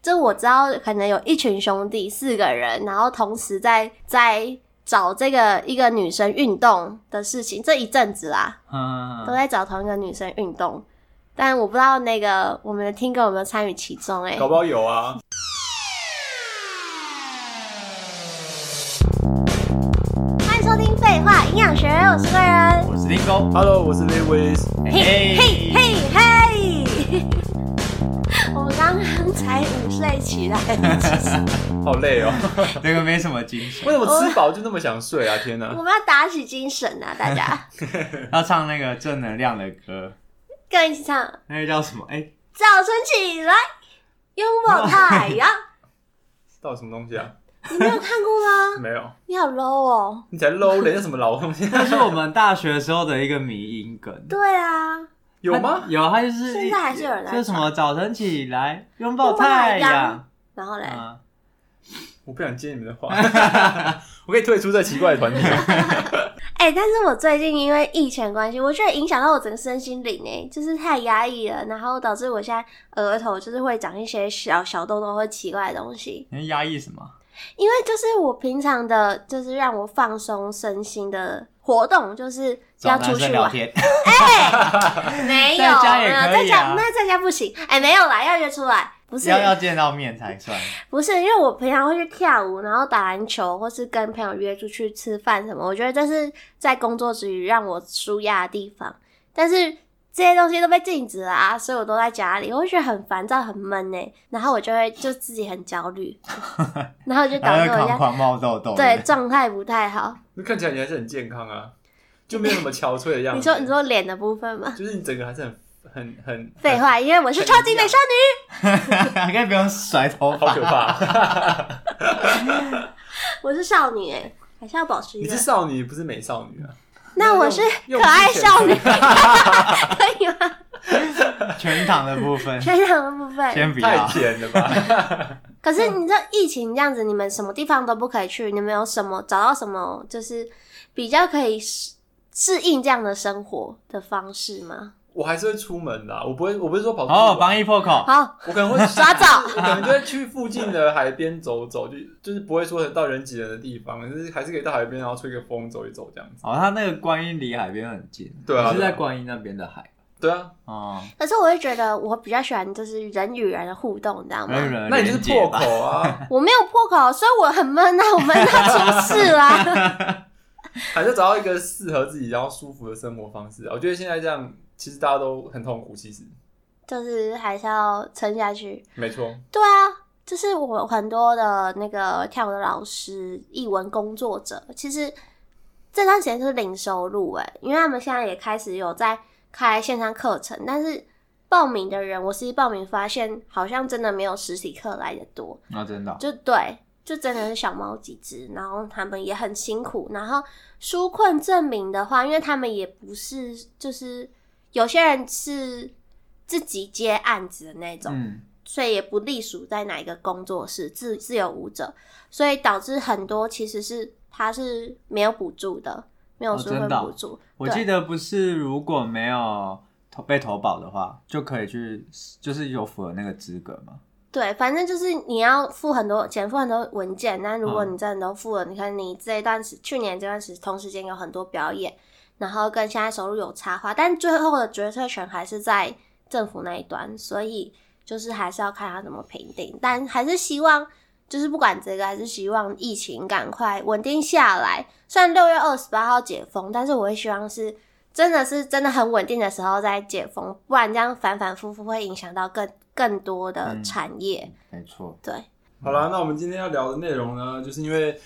就我知道，可能有一群兄弟四个人，然后同时在在找这个一个女生运动的事情，这一阵子啦，嗯，都在找同一个女生运动，但我不知道那个我们的听哥有没有参与其中、欸，搞不好有啊。欢迎收听《废话营养学》，我是贵人，我是哎林工， Hello，我是 Lewis。嘿嘿嘿嘿。 我们刚刚才午睡起来，其实好 累哦，那个没什么精神。为什么吃饱就那么想睡啊？天哪 我！们要打起精神啊，大 家要唱那个正能量的歌，跟我一起唱。那个叫什么？哎、早晨起来，拥抱太 阳。到底什么东西啊？你没有看过吗？没有，你好 low 哦。你才 low 嘞，那什么 老东西啊？那是我们大学时候的一个迷音梗。对啊，有吗它？有，它就是现在还是有人来就是什么早晨起来拥拥抱抱太太阳阳然后嘞，啊，我不想接你们的话， 我可以退出这奇怪的团体啊吗。哎、但是我最近因为疫情的关系，我觉得影响到我整个身心灵哎、就是太压抑了，然后导致我现在额头就是会长一些小小痘痘或奇怪的东西。你在压抑什么？因为就是我平常的，就是让我放松身心的活动，就是要找出男去玩生聊。天，没有，在家也没有可以在家啊那在家不行。哎、没有啦，要约出来。不是要要见到面才算。不是，因为我平常会去跳舞，然后打篮球，或是跟朋友约出去吃饭什么。我觉得这是在工作之余让我舒压的地方。但是这些东西都被禁止啦、所以我都在家里，我会觉得很烦躁、很闷呢、然后我就会就自己很焦 虑，然后就导然致我后就狂现在狂冒痘痘。对，状态不太好。那看起来你还是很健康啊，就没有什么憔悴的样子。你说你，说脸的部分吗？就是你整个还是很很很废，话，因为我是超级美少女。 应该不用甩头好发 可。怕。我是少女哎、还是要保持一你个是。少女，不是美少女啊？那我是用可爱少女，用之 前可 以吗？全糖的部 分全场的部分。先不太要。甜了吧？可是你知道疫情这样子，你们什么地方都不可以去，你们有什么找到什么就是比较可以适适应这样的生活的方式吗？我还是会出门的啊，我不会，我不是说跑出去哦，玩防疫破口。好，我可能会抓 走 我可能就会去附近的海边走走，就就是不会说到人挤人的地方，可是还是可以到海边，然后吹个风走一走这样子。哦，它那个观音离海边很近，对你啊是对啊在观音那边的海对啊，哦。可是我会觉得我比较喜欢就是人与人的互动，你知道吗？人与人的啊那你就是连接破吧口啊， 我没有破口，所以我很闷啊，我闷到出事啊 啦。还是找到一个适合自己然后舒服的生活方式啊。我觉得现在这样，其实大家都很痛苦，其实就是还是要撑下去。没错。对啊，就是我很多的那个跳舞的老师、艺文工作者，其实这段时间是零收入哎、因为他们现在也开始有在开线上课程，但是报名的人，我实际报名发现好像真的没有实体课来的多，哦，真的哦、就对，就真的是小猫几只，然后他们也很辛苦。然后纾困证明的话，因为他们也不是就是有些人是自己接案子的那种，嗯，所以也不隶属在哪一个工作室，自自由舞者，所以导致很多其实是他是没有补助的，没有哦纾真困的哦补助。我对记得不是如果没有投被投保的话，就可以去，就是有符合那个资格嘛。对，反正就是你要付很多钱，付很多文件。那如果嗯你真的都付了，你看你这一段时，去年这段时同时间有很多表演，然后跟现在收入有差话，但最后的决策权还是在政府那一端，所以就是还是要看他怎么评定。但还是希望，就是不管这个，还是希望疫情赶快稳定下来。虽然六月二十八号解封，但是我会希望是。真的是真的很稳定的时候再解封，不然这样反反复复会影响到更更多的嗯产业。没错，对，好啦，那我们今天要聊的内容呢，就是因为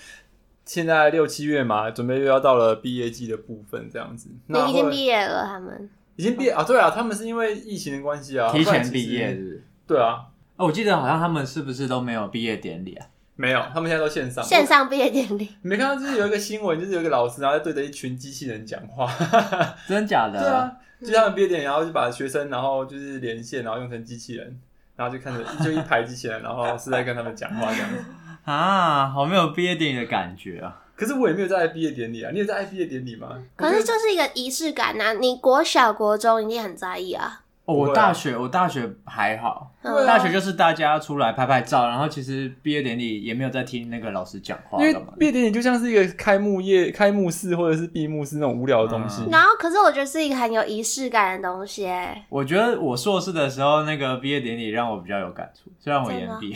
现在六七月嘛，准备又要到了毕业季的部分，这样子。那你已经会毕业了，他们已经毕业啊？对啊，他们是因为疫情的关系啊，提不然前其毕实业是。不是？对啊，哦，我记得好像他们是不是都没有毕业典礼啊？没有，他们现在都线上。线上毕业典礼，你没看到就是有一个新闻，就是有一个老师，然后在对着一群机器人讲话。 真假对的？啊，就是他们毕业典礼，然后就把学生，然后就是连线，然后用成机器人，然后就看着就一排机器人，然后老师在跟他们讲话这样 子。啊，好没有毕业典礼的感觉啊！可是我也没有在毕业典礼啊，你有在毕业典礼吗？可是就是一个仪式感呐、你国小、国中一定很在意啊。嗯哦，不会啊我大学我大学还好，对啊大学就是大家出来拍拍照，然后其实毕业典礼也没有在听那个老师讲话因为干嘛的毕业典礼就像是一个开幕夜、开幕式或者是闭幕式那种无聊的东西。嗯然后，可是我觉得是一个很有仪式感的东西欸耶。我觉得我硕士的时候那个毕业典礼让我比较有感触，虽然我延毕，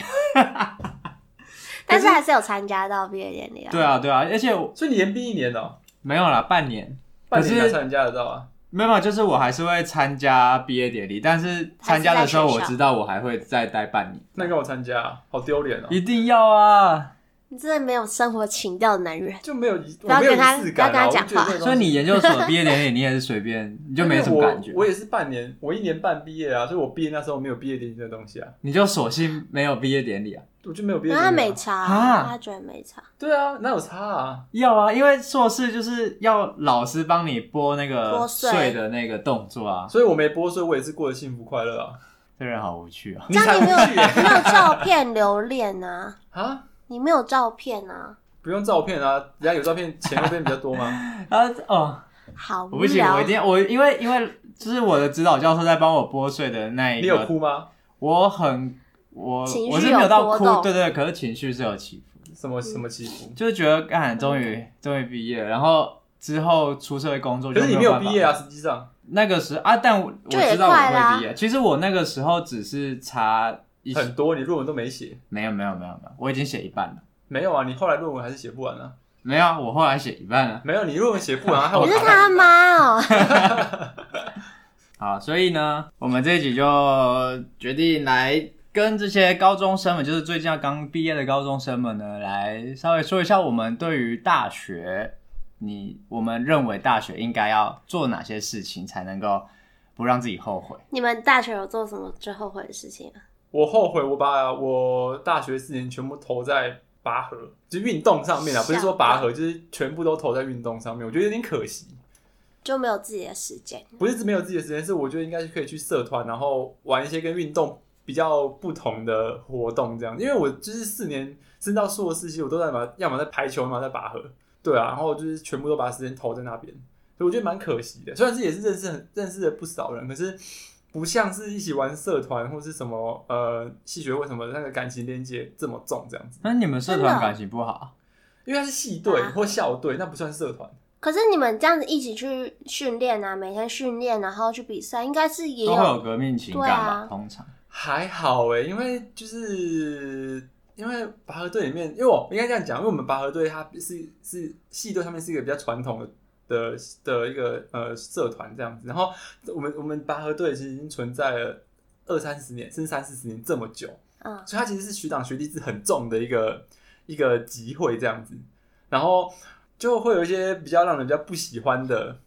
但是还是有参加到毕业典礼啊。对啊对啊，而且我 所以你延毕一年哦、没有啦，半年，半年可才是参加得到啊。没有嘛，就是我还是会参加毕业典礼，但是参加的时候我知道我还会再待半年，那你跟我参加、啊，好丢脸哦！一定要啊！你真的没有生活情调的男人。就没有仪，不我要没有跟他仪式感啊。不要跟他讲话我就觉得这个东所西以你研究所毕业典礼你也是随便，你就没什么感觉因为，我我也是半年，我一年半毕业啊，所以我毕业那时候没有毕业典礼这东西啊，你就索性没有毕业典礼啊？我就没有毕业然典后礼、啊。他没差啊他觉得没差。对啊，哪有差啊？要啊，因为硕士就是要老师帮你拨那拨个穗穗的那个动作啊，所以我没播，所以我也是过得幸福快乐啊。这人好无趣啊！这样才你没有无趣耶没有照片留恋啊？啊！你没有照片啊？不用照片啊，人家有照片，钱会变比较 多吗？啊哦，好我无不行，聊。我一定我因为因为就是我的指导教授在帮我拨穗的那一你个，有哭吗？我很我情绪我是没有到有哭波，动对对，可是情绪是有起伏，什么什么起伏？就是觉得干终于嗯终于毕业了，然后之后出社会工作可就是你没没有办法毕业啊，，实际上那个时啊，但我我就也知道我快啦会毕业，其实我那个时候只是差一很多你论文都没写，没有没有没有没有，我已经写一半了，没有啊，你后来论文还是写不完啊，没有啊，我后来写一半了。没有，你论文写 不完，还有你是答他案妈哦、 好，所以呢，我们这一集就决定来跟这些高中生们，就是最近要刚毕业的高中生们呢，来稍微说一下我们对于大学，你我们认为大学应该要做哪些事情，才能够不让自己后悔。你们大学有做什么最后悔的事情啊？我后悔，我把我大学四年全部投在拔河，就运动上面啊，不是说拔河，就是全部都投在运动上面，我觉得有点可惜。就没有自己的时间。不是没有自己的时间，是我觉得应该是可以去社团，然后玩一些跟运动比较不同的活动这样。因为我就是四年升到硕士，其实我都在嘛，要么在排球，要么在拔河，对啊，然后就是全部都把时间投在那边，所以我觉得蛮可惜的。虽然是也是认识很认识了不少人，可是不像是一起玩社团或是什么呃系学会什么的那个感情连接这么重这样子，那你们社真的团哦感情不好，因为它是系队啊或校队，那不算社团。可是你们这样子一起去训练啊，每天训练，然后去比赛，应该是也都会有革命情感嘛？对啊通常还好哎、因为就是因为拔河队里面，因为我应该这样讲，因为我们拔河队它是是系队上面是一个比较传统的。的的一个呃社团这样子，然后我们我们拔河队其实已经存在了二三十年，甚至三四十年这么久，嗯，所以它其实是学长学弟制很重的一个一个集会这样子，然后就会有一些比较让人家不喜欢的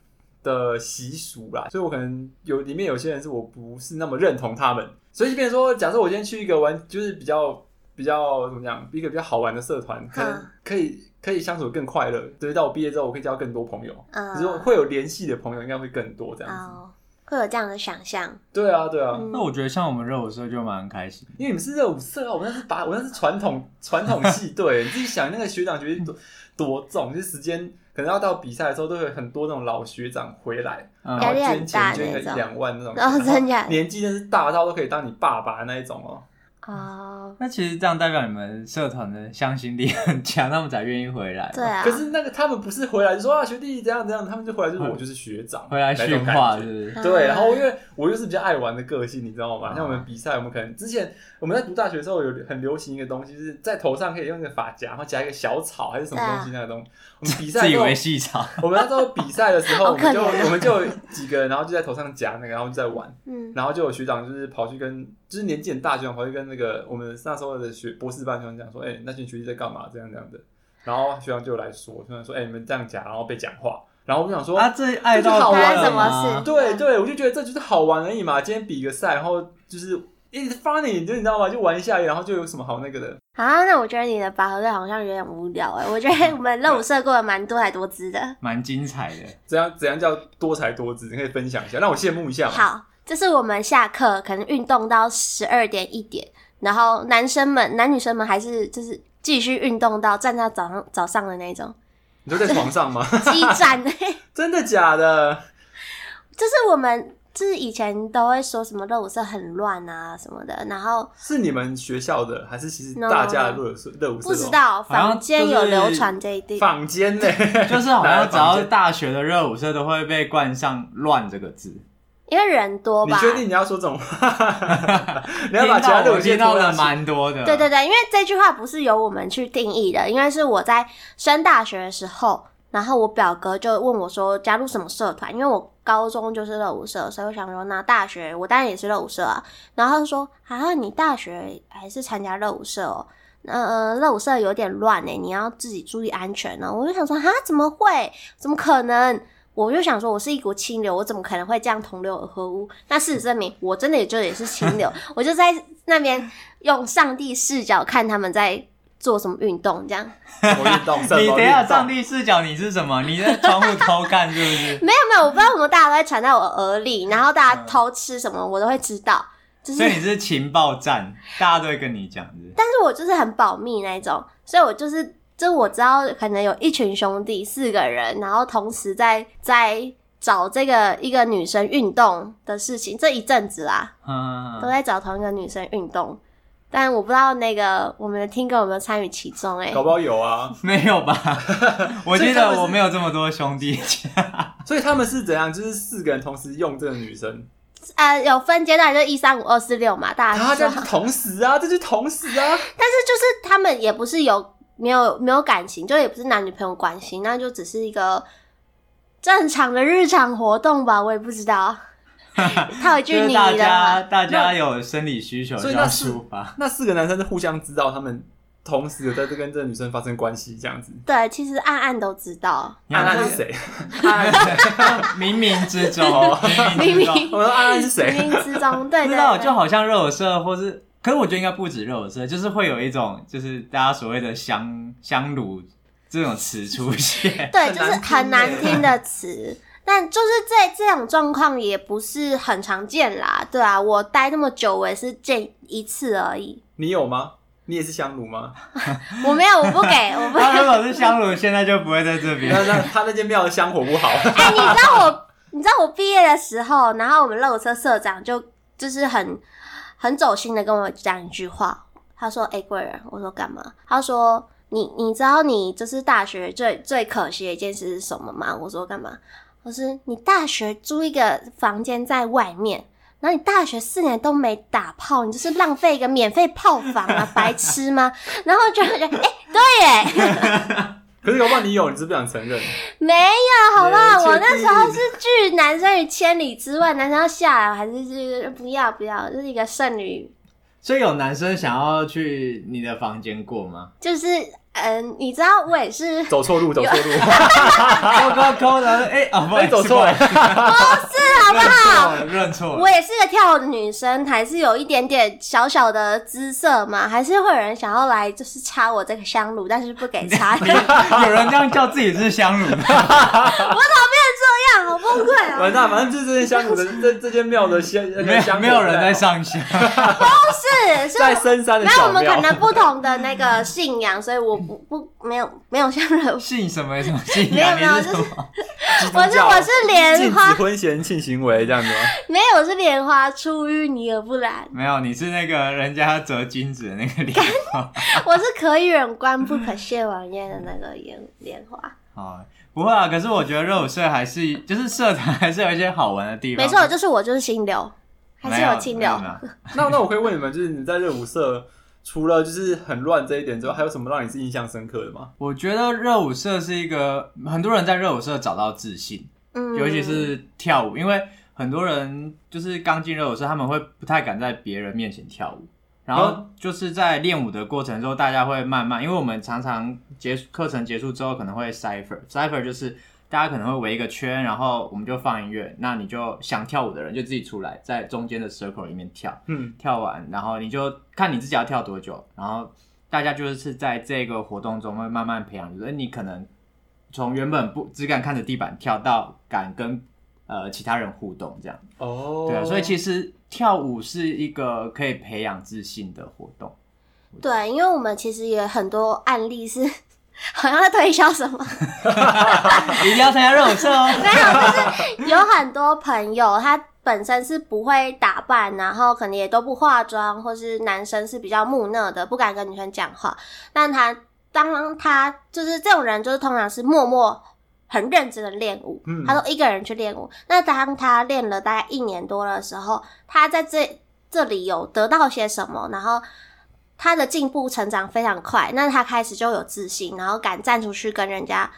的习俗啦，所以我可能有里面有些人是我不是那么认同他们，所以就变成说，假设我今天去一个玩，就是比较比较怎么讲，一个比较好玩的社团，可能嗯可以可以相处得更快乐，所以到我毕业之后，我可以交更多朋友，嗯只是会有联系的朋友应该会更多这样子，哦，会有这样的想象。对啊对啊。嗯那我觉得像我们热舞社就蛮开心。因为你们是热舞社啊，我那是把我那是传统传统系队，你自己想那个学长嗯学弟多多重，就是时间可能要到比赛的时候，都会有很多那种老学长回来，嗯然后压力很捐大钱捐个那种一两万那种，哦真假的年纪真是大到都可以当你爸爸的那一种哦。哦，那其实这样代表你们社团的向心力很强，他们才愿意回来。对啊可，是那个他们不是回来就说啊学弟怎样怎样，他们就回来就是我就是学长，嗯回来那种训感话，觉是不是？对，然后因为我又是比较爱玩的个性，你知道吗？啊像我们比赛，我们可能之前我们在读大学的时候有很流行一个东西，是在头上可以用一个发夹，然后夹一个小草还是什么东西那个东西。我们比赛自的以时候为，细长。我们那时候比赛的时候，我好可们就怜啊我们就有几个人，然后就在头上夹那个，然后就在玩，嗯，然后就有学长就是跑去跟，就是年纪很大的学长跑去跟那个我们那时候的学博士班学长讲说，哎、那群学弟在干嘛？这样这样的。然后学长就来说，学长说，哎、你们这样夹，然后被讲话。然后我就想说，啊，这爱到好哭玩了什么吗事 对对，我就觉得这就是好玩而已嘛。今天比个赛，然后就是一直 funny，就你知道吗？就玩一下，然后就有什么好那个的？啊，那我觉得你的拔河队好像有点无聊哎，我觉得我们热舞社过得蛮多才多姿的。蛮精彩的。怎样怎样叫多才多姿？你可以分享一下，让我羡慕一下嘛。好，这是我们下课可能运动到十二点一点，然后男生们、男女生们还是就是继续运动到站到早上早上的那 种你说在床上吗？ 激战。 真的假的？就是我们就是以前都会说什么热舞社很乱啊什么的，然后是你们学校的还是其实 No, 大家 no, 的热舞社热舞社不都知道像房间有就是流传这一地，坊间呢？ 就是好像只 哪要个房间大学的热舞社都会被冠上“乱”这个字。因为人多你吧。确定你要说这种 话？你要把其他热舞听界到拖我听到下的去？蛮多的，对对对，因为这句话不是由我们去定义的，因为是我在升大学的时候，然后我表哥就问我说加入什么社团，因为我高中就是热舞社，所以我想说那大学我当然也是热舞社啊。然后他就说啊，你大学还是参加热舞社哦。呃，热舞社有点乱呢、你要自己注意安全呢、我就想说，哈，怎么会？怎么可能？我就想说，我是一股清流，我怎么可能会这样同流合污？那事实证明，我真的也就也是清流， 我就在那边用上帝视角看他们在做什么运动，这样 我运动，什么你等一下运动上帝视角你是什么？你在窗户偷看是 不是？没有没有，我不知道为什么大家都会传在我耳里，然后大家偷吃什么我都会知道，就是所以你是情报站，大家都会跟你讲的。但是我就是很保密那一种，所以我就是就我知道可能有一群兄弟四个人，然后同时在在找这个一个女生运动的事情，这一阵子啦，嗯，都在找同一个女生运动，但我不知道那个我们的听哥有没有参与其中、欸，搞不好有啊。没有吧？我记所以他们得是我没有这么多兄弟。所以他们是怎样？就是四个人同时用这个女生，呃，有分阶段，就一三五二四六嘛，大啊，家这说样好就。同时啊，这就同时啊。 但是就是他们也不是有没有没有感情，就也不是男女朋友关系，那就只是一个正常的日常活动吧，我也不知 道。套一句就是你大的家嘛，大家有生理需求所就以要那是啊抒发。那四个男生是互相知道他们同时有在这跟这个女生发生关系，这样子。对，其实暗暗都知道，你看安那安个是 谁？啊冥冥之中，冥明冥之中明 我说安安是谁？冥冥之中，对对不知道，对，就好像热舞社，或是，可是我觉得应该不止热舞社，就是会有一种就是大家所谓的香香炉这种词出现。 对，很就是难听很难耶听的词。但就是这这种状况也不是很常见啦，对啊，我待那么久，我也是见一次而已。 你有吗？你也是香炉吗？ 我没有，我不给，我不给。他如果是香炉，现在就不会在这边那。那他那间庙的香火不 好，哎、你知道我，你知道我毕业的时候，然后我们乐舞社社长就就是很很走心的跟我讲一句话，他说：“哎、贵人，我说干嘛？”他说：“你你知道你就是大学最最可惜的一件事是什么吗？”我说：“干嘛？”我说：“你大学租一个房间在外面。”然后你大学四年都没打炮，你就是浪费一个免费炮房啊，白痴吗？然后我就觉得，哎、对耶，可是有不好你有，你是不想承认。没有，好不哎好？确我那时候定是拒男生于千里之外，男生要下来，我还是就是不要不要，就是一个剩女，所以有男生想要去你的房间过吗？就是嗯，你知道我也是，走错路，走错 路，抠抠抠的，哎、啊，不好意哎，思走错了，，哦好不好？不好意思认错我了。也是个跳舞女生，还是有一点点小小的姿色嘛，还是会有人想要来就是插我这个香炉，但是不给 插，这样有人这样叫自己是香 炉吗？好崩溃 啊！完蛋，反正就是这间香炉的这这间庙的香，那个没有，香火没有人在上香。是是。在深山的没有，我小们可庙， 能不同的那个信仰，所以我不不没有没有像人，信什么什么信没有仰？没有你是什么？我是我是莲禁花止，婚前性行为这样子吗？ 没有我是莲花出淤泥而不染。没有，你是那个人家折金子的那个脸。我是可以忍观不可亵玩焉的那个莲 莲花。哦，不会啊，可是我觉得热舞社还是就是社团还是有一些好玩的地方。没错，就是我就是清流，还是没有清没有流没。有 那那我可以问你们，就是你在热舞社除了就是很乱这一点之外，还有什么让你是印象深刻的吗？我觉得热舞社是一个很多人在热舞社找到自信，嗯尤其是跳舞，因为很多人就是刚进热舞社，他们会不太敢在别人面前跳舞。然嗯后就是在练舞的过程中，大家会慢慢，因为我们常常结束课程结束之后，可能会 cipher，cipher 就是大家可能会围一个圈，然后我们就放音乐，那你就想跳舞的人就自己出来，在中间的 circle 里面跳。嗯，跳完，然后你就看你自己要跳多久，然后大家就是在这个活动中会慢慢培养，就是哎你可能从原本不只敢看着地板跳到敢跟呃其他人互动这样，哦，对啊，所以其实实跳舞是一个可以培养自信的活 动，对，因为我们其实也很多案例是 好像在推销什么， 一定要参加热舞社哦。有很多朋友他本身是不会打扮，然后可能也都不化妆，或是男生是比较木讷的，不敢跟女生讲话。但他当他就是这种人，就是通常是默默很认真的练舞，嗯他都一个人去练舞。那当他练了大概一年多的时候，他在这这里有得到些什么，然后他的进步成长非常快，那他开始就有自信，然后敢站出去跟人家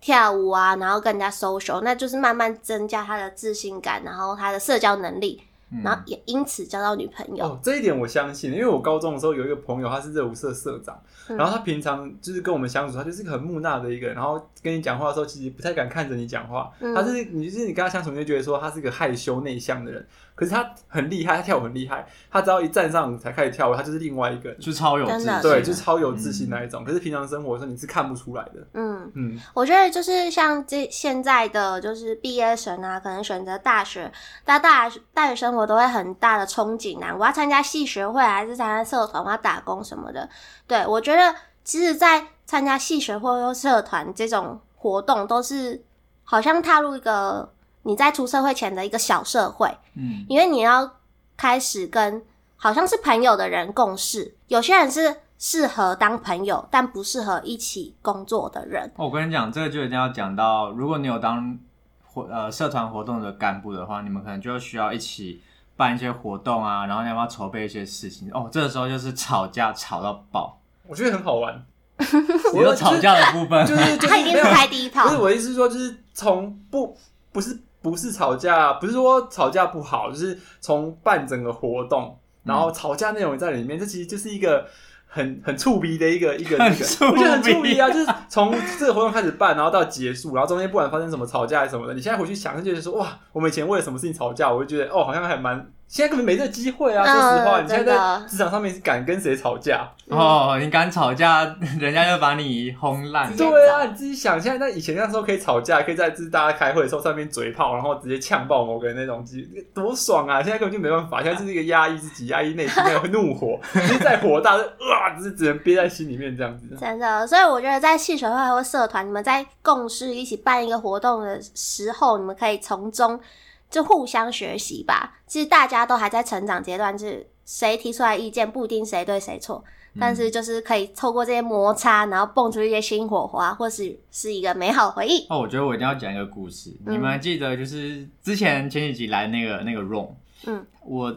跳舞啊，然后跟人家 social，那就是慢慢增加他的自信感，然后他的社交能力，嗯然后也因此交到女朋友。哦，这一点我相信，因为我高中的时候有一个朋友，他是热舞社社长，嗯然后他平常就是跟我们相处，他就是一个很木讷的一个人，然后跟你讲话的时候，其实不太敢看着你讲话，嗯他就是你就是你跟他相处，你就觉得说他是个害羞内向的人，可是他很厉害，他跳舞很厉害，他只要一站上舞台开始跳舞，他就是另外一个人，就超有自真的信，对，就是超有自信那一种，可是平常生活的时候你是看不出来的，嗯，嗯，我觉得就是像这现在的就是毕业生啊，可能选择大学，大大学大学生活都会很大的憧憬啊，我要参加系学会啊还是参加社团，我要打工什么的。对我觉得，其实，在参加系学会或社团这种活动，都是好像踏入一个你在出社会前的一个小社会，嗯，因为你要开始跟好像是朋友的人共事，有些人是适合当朋友，但不适合一起工作的人。我跟你讲，这个就一定要讲到，如果你有当活呃社团活动的干部的话，你们可能就需要一起办一些活动啊，然后你要不要筹备一些事情？哦，这个时候就是吵架吵到 爆，我觉得很好玩，你有吵架的部分， 就是就是他一定没是有开第一炮不是，我的意思是说，就是从不不是不是吵架，不是说吵架不好，就是从办整个活动，然嗯后吵架内容也在里面，这其实就是一个。很很触鼻的一个一个很一个，触我觉得很鼻触鼻啊！就是从这个活动开始办，然后到结束，然后中间不管发生什么吵架还是什么的，你现在回去想，就觉得说哇，我们以前为了什么事情吵架，我就觉得哦，好像还蛮……现在根本没这个机会啊！说实话，嗯你现在真在的职场上面是敢跟谁吵架？ 哦，你敢吵架，人家就把你轰烂直。接对啊，你自己想，现在在以前那时候可以吵架，可以在就是大家开会的时候上面嘴炮，然后直接呛爆某个人那种，多爽啊！现在根本就没办法，现在就是一个压抑自己、压抑内心那种 怒火，就是再火大，就啊，只是只能憋在心里面这样子。真的，所以我觉得在戏水会或社团，你们在共事一起办一个活动的时候，你们可以从中就互相学习吧。其实大家都还在成长阶段，就是谁提出来意见不一定谁对谁错，嗯但是就是可以透过这些摩擦，然后蹦出一些新火花，或是是一个美好回忆。哦，我觉得我一定要讲一个故事。嗯你们还记得就是之前前几集来那个那个 Ron，嗯，我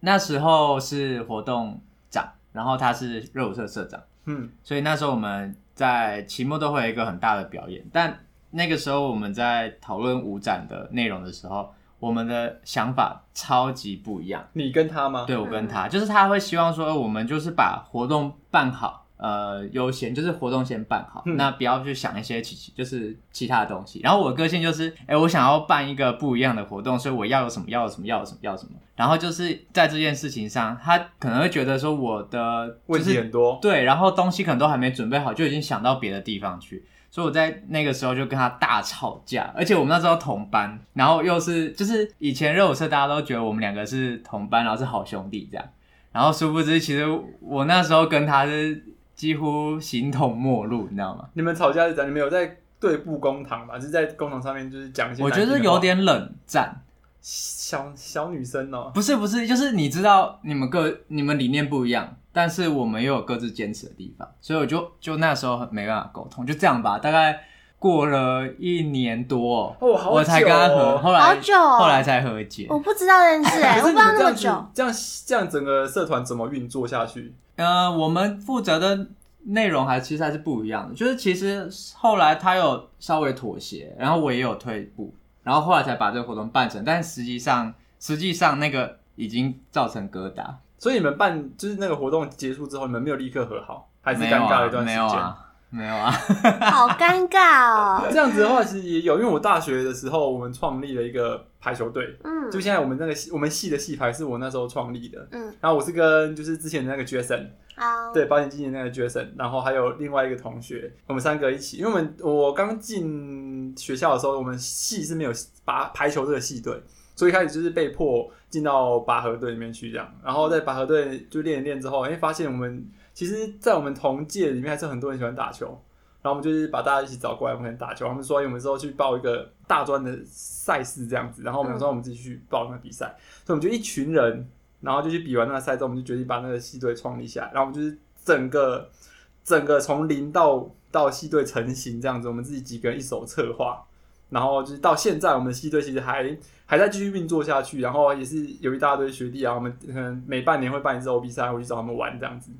那时候是活动长，然后他是热舞社社长，嗯，所以那时候我们在期末都会有一个很大的表演。但那个时候我们在讨论舞展的内容的时候，我们的想法超级不一样。你跟他吗？对我跟嗯他，就是他会希望说，呃我们就是把活动办好，呃，优先就是活动先办好，嗯那不要去想一些其就是其他的东西。然后我的个性就是，哎、我想要办一个不一样的活动，所以我要有什么，要有什么，要有什么，要有什么。然后就是在这件事情上，他可能会觉得说我的就问题是很多。对，然后东西可能都还没准备好，就已经想到别的地方去。所以我在那个时候就跟他大吵架，而且我们那时候同班，然后又是就是以前热舞社大家都觉得我们两个是同班，然后是好兄弟这样，然后殊不知其实我那时候跟他是几乎形同陌路，你知道吗？你们吵架是怎样？你们有在对簿公堂吧？就是在公堂上面就是讲一些我难觉听的话，得有点冷战，小小女生哦、不是不是，就是你知道你们各你们理念不一样，但是我们也有各自坚持的地方，所以我就就那时候很没办法沟通，就这样吧。大概过了一年多，哦好久哦我才跟他和，后来好久哦后来才和解。我不知道认识哎、 可我不是知道你那们这么样子久，，这样这样整个社团怎么运作下去？呃，我们负责的内容还其实还是不一样的，就是其实后来他有稍微妥协，然后我也有退步，然后后来才把这个活动办成，但实际上实际上那个已经造成疙瘩，所以你们办就是那个活动结束之后，你们没有立刻和好，还是没尴有尬了啊一段时没间。有啊，没有啊。 好尴尬 哦、这样子的话，其实也有，因为我大学的时候，我们创立了一个排球队，嗯就现在我们那个系我们系的系排是我那时候创立的。嗯，哦然后我是跟就是之前的那个 Jason，好，对，八年今年那个 Jason，然后还有另外一个同学，我们三个一起，因为我们我刚进学校的时候，我们系是没有拔排球队的系队，所以一开始就是被迫进到拔河队里面去这样，然后在拔河队就练一练之后，哎，发现我们其实，在我们同届里面还是很多人喜欢打球。然后我们就是把大家一起找过来，我们可能打球。他们说，哎我们之后去报一个大专的赛事这样子，然后我们想说我们自己去报那个比赛，所以我们就一群人，然后就去比完那个赛之后，我们就决定把那个系队创立起来，然后我们就是整个整个从零到到系队成型这样子，我们自己几个人一手策划，然后就是到现在，我们的系队其实还还在继续运作下去，然后也是有一大堆学弟啊，我们可能每半年会办一次 OB 赛，会去找他们玩这样子，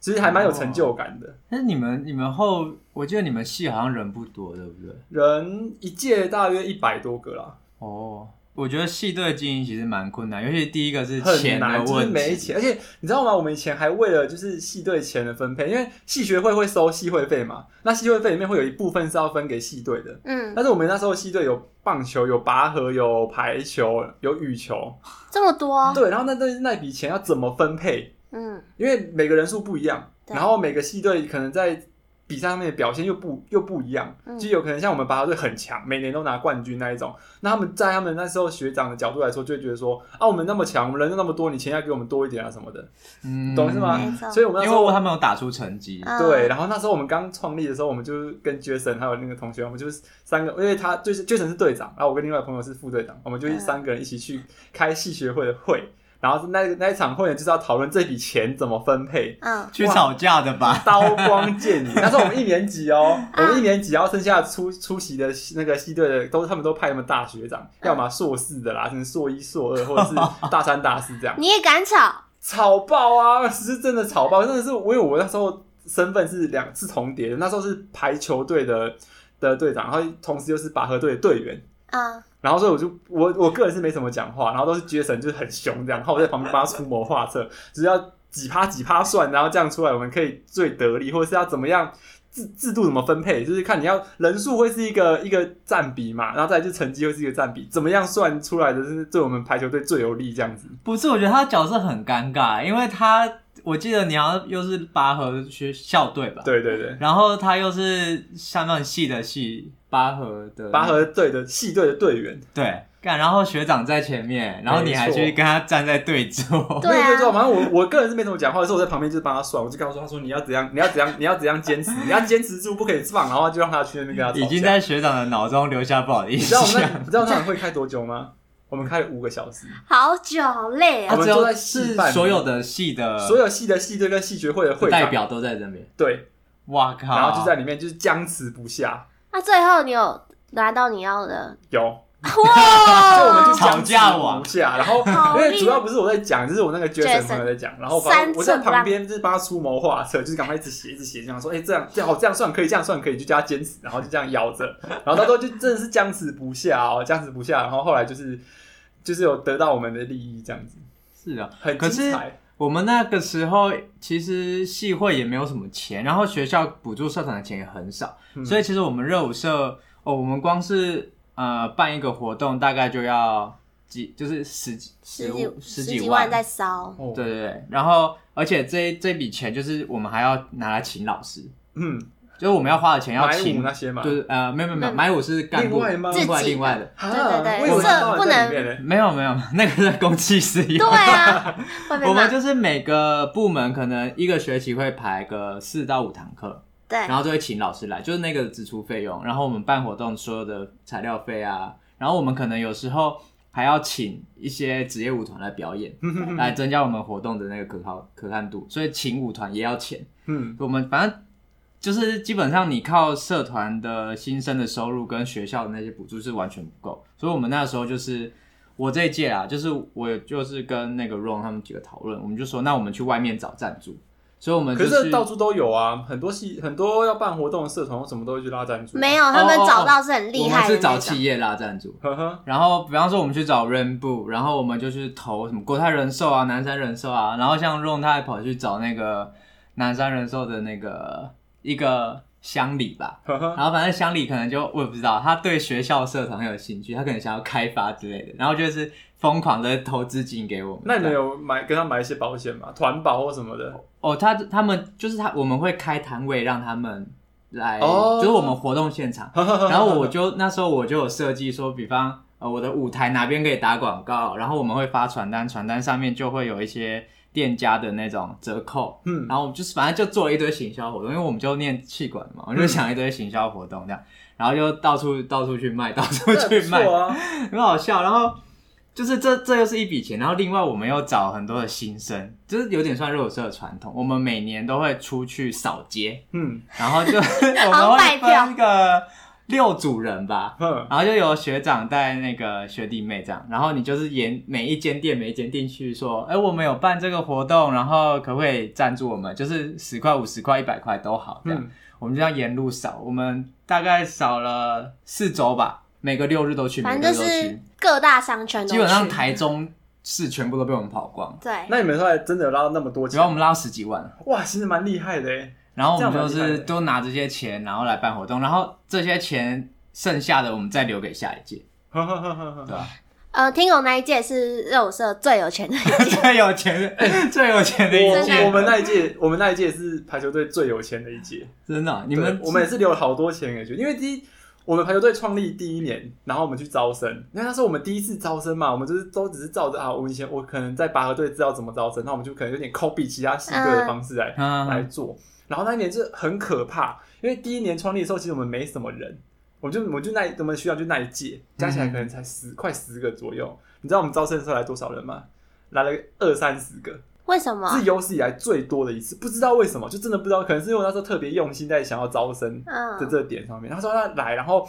其实还蛮有成就感的。但是你们你们后，我记得你们系好像人不多，对不对？人一届大约一百多个啦，哦，我觉得系队经营其实蛮困难，尤其第一个是很钱的难，就是问没题。钱。而且你知道吗？我们以前还为了就是系队钱的分配，因为系学会会收系会费嘛，那系会费里面会有一部分是要分给系队的。嗯，但是我们那时候系队有棒球、有拔河、有排球、有羽球，这么多，对。然后那那那笔钱要怎么分配？嗯，因为每个人数不一样，对然后每个系队可能在比赛上面的表现又不又不一样，嗯就有可能像我们拔河队很强，每年都拿冠军那一种。那他们在他们那时候学长的角度来说，就会觉得说啊，我们那么强，我们人又那么多，你钱要给我们多一点啊什么的，嗯懂是吗没？错所以我们那因时候为他们有打出成绩，嗯对，然后那时候我们刚创立的时候，我们就是跟 Jason 还有那个同学，我们就是三个，因为他就是 Jason 是队长，然后我跟另外一个朋友是副队长，我们就是嗯三个人一起去开系学会的会，然后那那一场会呢，就是要讨论这笔钱怎么分配，嗯，去吵架的吧？ 刀光剑 影。那时候我们一年级哦，我们一年级，然后剩下出出席的那个系队的，都他们都派他们大学长，要么硕士的啦，可能硕一、硕二，或者是大三、大四这样，你也敢吵？吵爆啊！是真的吵爆，真的是我有我那时候身份是两次重叠的，那时候是排球队的的队长，然后同时又是拔河队的队员。嗯，然后所以我就我我个人是没怎么讲话，然后都是 Jason 就是很凶这样，然后我在旁边帮他出谋划策，只是要几趴几趴算，然后这样出来我们可以最得利，或者是要怎么样制制度怎么分配，就是看你要人数会是一个一个占比嘛，然后再来就是成绩会是一个占比，怎么样算出来的是对我们排球队最有利这样子。不是，我觉得他的角色很尴尬，因为他我记得你好像又是拔河学校队吧？。对对对，然后他又是上半系的系拔河的拔河队的系队的队员，对干，然后学长在前面，然后你还没去错跟他站在对坐。对啊没有对照。反正我我个人是没怎么讲话，所以我在旁边就是帮他算，我就告诉他说你要怎样，你要怎样，你要怎样坚持，你要坚持住，不可以放，然后就让他去那边跟他吵架已经在学长的脑中留下不好的印你知道我们象那，你知道那场会开多久吗？我们开了五个小时，好久，好 累我哦。们只坐有在戏是班里所有的系的所有系的系队跟系学会的会长呃代表都在这边。对，哇靠！然后就在里面就是僵持不下，那最后你有拿到你要 的？有，哇！所以我们就吵僵持架王不下，然后好因厉害为主要不是我在讲，就是我那个 Jason Jason 朋友在讲，然后三反寸正我在旁边就是帮他出谋划策，就是赶快一直写一直写，这样说，哎、这样这样好这样算可以，这样算可以，就叫他坚持，然后就这样咬着，然后到时候就真的是僵持不下哦，僵持不下，然后后来就是就是有得到我们的利益这样子，是啊，很可精是彩。我们那个时候其实系会也没有什么钱，然后学校补助社团的钱也很少，嗯所以其实我们热舞社哦，我们光是呃办一个活动大概就要几，就是十几十五几十几万万在 烧，哦对对对，然后而且这这笔钱就是我们还要拿来请老师，嗯，就是我们要花的钱要买请舞，那些嘛，就是呃没有没有没有嗯买舞是干部另外吗另外自己的另外的，啊对对对我以为这它包含在不里能面嘞没有没有 那个是公器私用。对啊，会被我骂们。就是每个部门可能一个学期会排个四到五堂课，对然，后就会请老师来，就是那个支出费用。然后我们办活动所有的材料费啊，然后我们可能有时候还要请一些职业舞团来表演， 嗯来增加我们活动的那个可靠可看度。所以请舞团也要钱。嗯，我们反正就是基本上你靠社团的新生的收入跟学校的那些补助是完全不够，所以我们那时候就是我这一届啊，就是我就是跟那个 Ron 他们几个讨论，我们就说那我们去外面找赞助，所以我们就可是到处都有啊，很多戏很多要办活动的社团，我什么都会去拉赞助。啊没有，他们哦哦哦找到是很我厉们害的是那种。找企业拉赞助。呵呵，然后，比方说我们去找 Rainbow，然后我们就去投什么国泰人寿啊、南山人寿啊，然后像 Ron 他还跑去找那个南山人寿的那个一个乡里吧，呵呵，然后反正乡里可能就我也不知道，他对学校社团很有兴趣，他可能想要开发之类的，然后就是疯狂的投资金给我们。那你们有买跟他买一些保险吗？团保或什么的？哦，他他们就是他，我们会开摊位让他们来，哦就是我们活动现 场。然然后我就那时候我就有设计说，比方呃我的舞台哪边可以打广告，然后我们会发传单，传单上面就会有一些店家的那种折扣，嗯 然后我们就是反正就做了一堆行销活动，因为我们就念气管嘛，嗯我们就想一堆行销活动这样，然后就到处到处去卖，到 处那去很不卖，错啊， 很好笑。然后就是这这又是一笔钱，然后另外我们又找很多的新生，就是有点算热舞社的传统，我们每年都会出去扫街，嗯然后就 我们好会卖票分个六组人吧。哼，然后就有学长带那个学弟妹这样，然后你就是沿每一间店每一间店去说，哎，我们有办这个活动，然后可不可以赞助我们？就是十块、五十块、一百块都好，这样、嗯我们就要沿路扫，我们大概扫了四周吧，每个六日都去，每反个正六就日都是去，各大商圈都基本上去台中市全部都被我们跑光，对，那你们后来真的有拉到那么多只钱要我？们拉十几万。哇，其实蛮厉害的欸然后我们这样就蛮厉害是的都拿这些钱，然后来办活动，然后这些钱剩下的我们再留给下一届， 呵呵呵呵对呵。吧？呃，听友那一届是热舞社最有钱的一届，最有钱的，最有钱的一届，我我们那一届，我们那一届是排球队最有钱的一届。真的，啊你对们我们也是留了好多钱给去，因为第一，我们排球队创立第一年，然后我们去招生，那那时候我们第一次招生嘛，我们就是都只是照着啊，我们以前我可能在拔河队知道怎么招生，那我们就可能有点 copy 其他系队的方式来、来嗯，做。然后那一年是很可怕，因为第一年创立的时候，其实我们没什么人，我们就我们就那我们学校就那一届，加起来可能才十、快十个左右。你知道我们招生的时候来多少人吗？来了二三十个，为什么？是有史以来最多的一次，不知道为什么，就真的不知道，可能是因为我那时候特别用心在想要招生的嗯，这点上面。他说他来，然后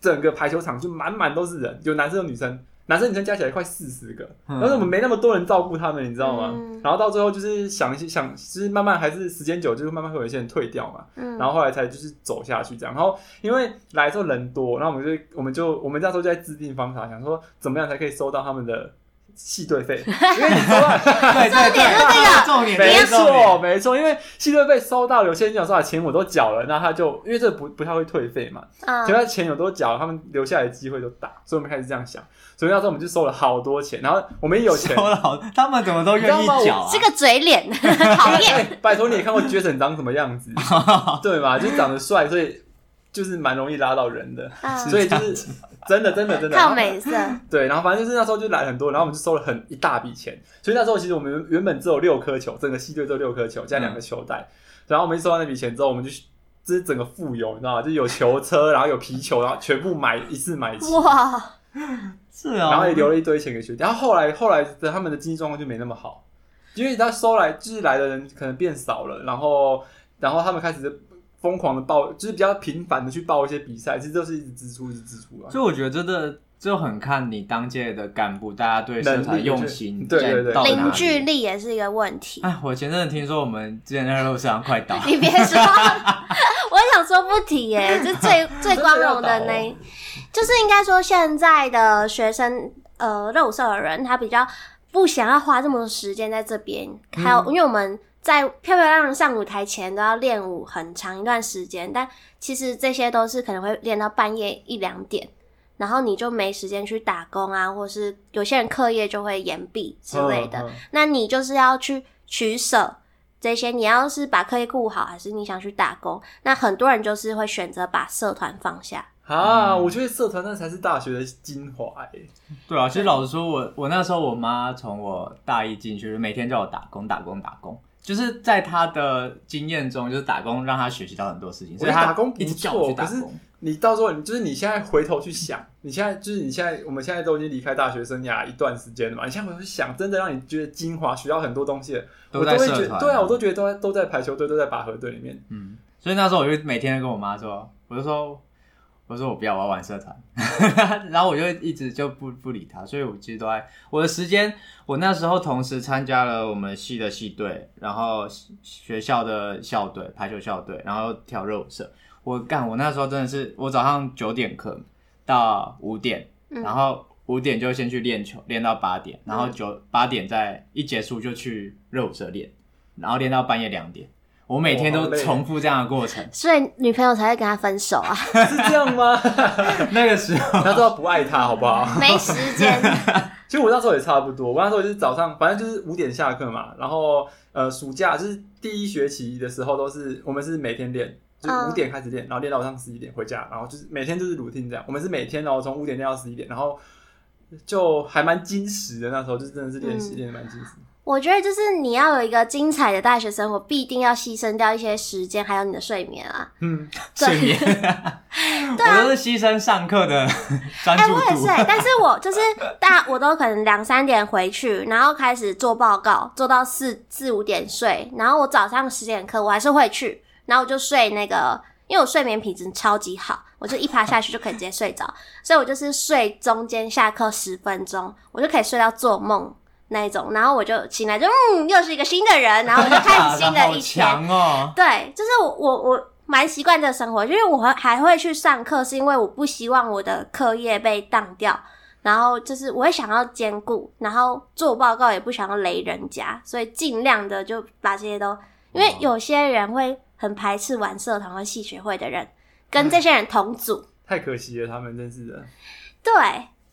整个排球场就满满都是人，有男生有女生，男生女生加起来快四十个，嗯但是我们没那么多人照顾他们，你知道吗？嗯然后到最后就是想一些想，就是慢慢还是时间久，就是慢慢会有一些人退掉嘛。嗯然后后来才就是走下去这样。然后因为来的时候人多，然后我们就我们就我们那时候就在制定方法，想说怎么样才可以收到他们的系队费，因为你收到。对啊对重点是这个对，重点 没是重错，点，没错，因为系队费收到，有些人讲说啊，钱我都缴了，那他就因为这不不太会退费嘛，嗯只要钱有都缴了，他们留下来的机会就大，所以我们开始这样想，所以那时候我们就收了好多钱，然后我们也有钱，收老，他们怎么都愿意你知缴道啊？这个嘴脸 讨厌，哎拜托你也看过 Jason 长什么 样子，对吧？就长得帅，所以就是蛮容易拉到人的，嗯所以 就是真的真的真的靠美 色，对，然后反正就是那时候就来很多，然后我们就收了很一大笔钱，所以那时候其实我们原本只有六颗球，整个系队只有六颗球加两个球袋，然后我们一收到那笔钱之后，我们就这是整个富有，你知道吗？就有球车，然后有皮球，然后全部买一次买 齐，哇，是啊，然后也留了一堆钱给学弟。然后后来后来的他们的经济状况就没那么好，因为他收来就是来的人可能变少了，然后然后他们开始疯狂的报，就是比较频繁的去报一些比赛，其实都是一直支出一直支出啊。所以我觉得真的就很看你当届的干部，大家对社团用心，对对对到哪里凝聚。力也是一个问题。哎，我前阵子听说我们之前在路上快 倒，你别说，我想说不提耶、这 最最光荣的真呢的要，就是应该说现在的学生，呃，肉色的人他比较不想要花这么多时间在这边，还嗯有、因为我们。在漂漂亮亮上舞台前都要练舞很长一段时间，但其实这些都是可能会练到半夜一两点，然后你就没时间去打工啊，或是有些人课业就会延毕之类的，嗯嗯那你就是要去取舍这些。你要是把课业顾好，还是你想去打工，那很多人就是会选择把社团放下。嗯啊，我觉得社团那才是大学的精华哎、对啊，其实老实说，我我那时候我妈从我大一进去，就每天叫我打工打工打工，就是在她的经验中，就是打工让她学习到很多事情，我所觉得以她打工不一直叫我去错，打可是工。你到时候你就是你现在回头去想，你现在就是你现在我们现在都已经离开大学生涯一段时间了嘛，你现在回头去想，真的让你觉得精华学到很多东西的，都我在都会社觉得团对啊，我都觉得都在都在排球队，都在拔河队里面，嗯，所以那时候我就每天都跟我妈说，我就说，我说我不要，我要玩社团， 然后我就一直就不不理她，所以我其实都在我的时间，我那时候同时参加了我们系的系队，然后学校的校队排球校队，然后跳热舞社。我干，我那时候真的是，我早上九点课到五点，嗯。然后五点就先去练球，练到八点，然后九八点再一结束就去热舞社练，然后练到半夜两点。我每天哇好都累重复这样的过程所以女朋友才会跟他分手啊，是这样吗？ 那个时候，他知道不爱他，好 不好？ 没时间。其实我那时候也差不多，我那时候就是早上，反正就是五点下课嘛，然后呃，暑假就是第一学期的时候都是我们是每天练，就是嗯五点开始练，然后练到晚上十一点回家，然后就是每天就是 routine 这样，我们是每天然哦后从五点练到十一点，然后就还蛮矜持的，那时候就真的是练习嗯练得蛮矜持。我觉得就是你要有一个精彩的大学生活，必定要牺牲掉一些时间，还有你的睡眠啊。嗯， 对啊睡眠，我都是牺牲上课的 专哎、注我也度是、。哎，但是我就是大，我都可能两三点回去，然后开始做报告，做到四四五点睡，然后我早上十点课我还是会去，然后我就睡那个，因为我睡眠品质超级好，我就一趴下去就可以直接睡着，所以我就是睡中间下课十分钟，我就可以睡到做梦。那一种，然后我就醒来就嗯，又是一个新的人，然后我就开始新 的好一天。强哦！对，就是我我我蛮习惯这个生活，因为我还还会去上课，是因为我不希望我的课业被当掉，然后就是我会想要兼顾，然后做报告也不想要雷人家，所以尽量的就把这些都，因为有些人会很排斥玩社团或系学会的人，跟这些人同组，太可惜了，他们真是的。对，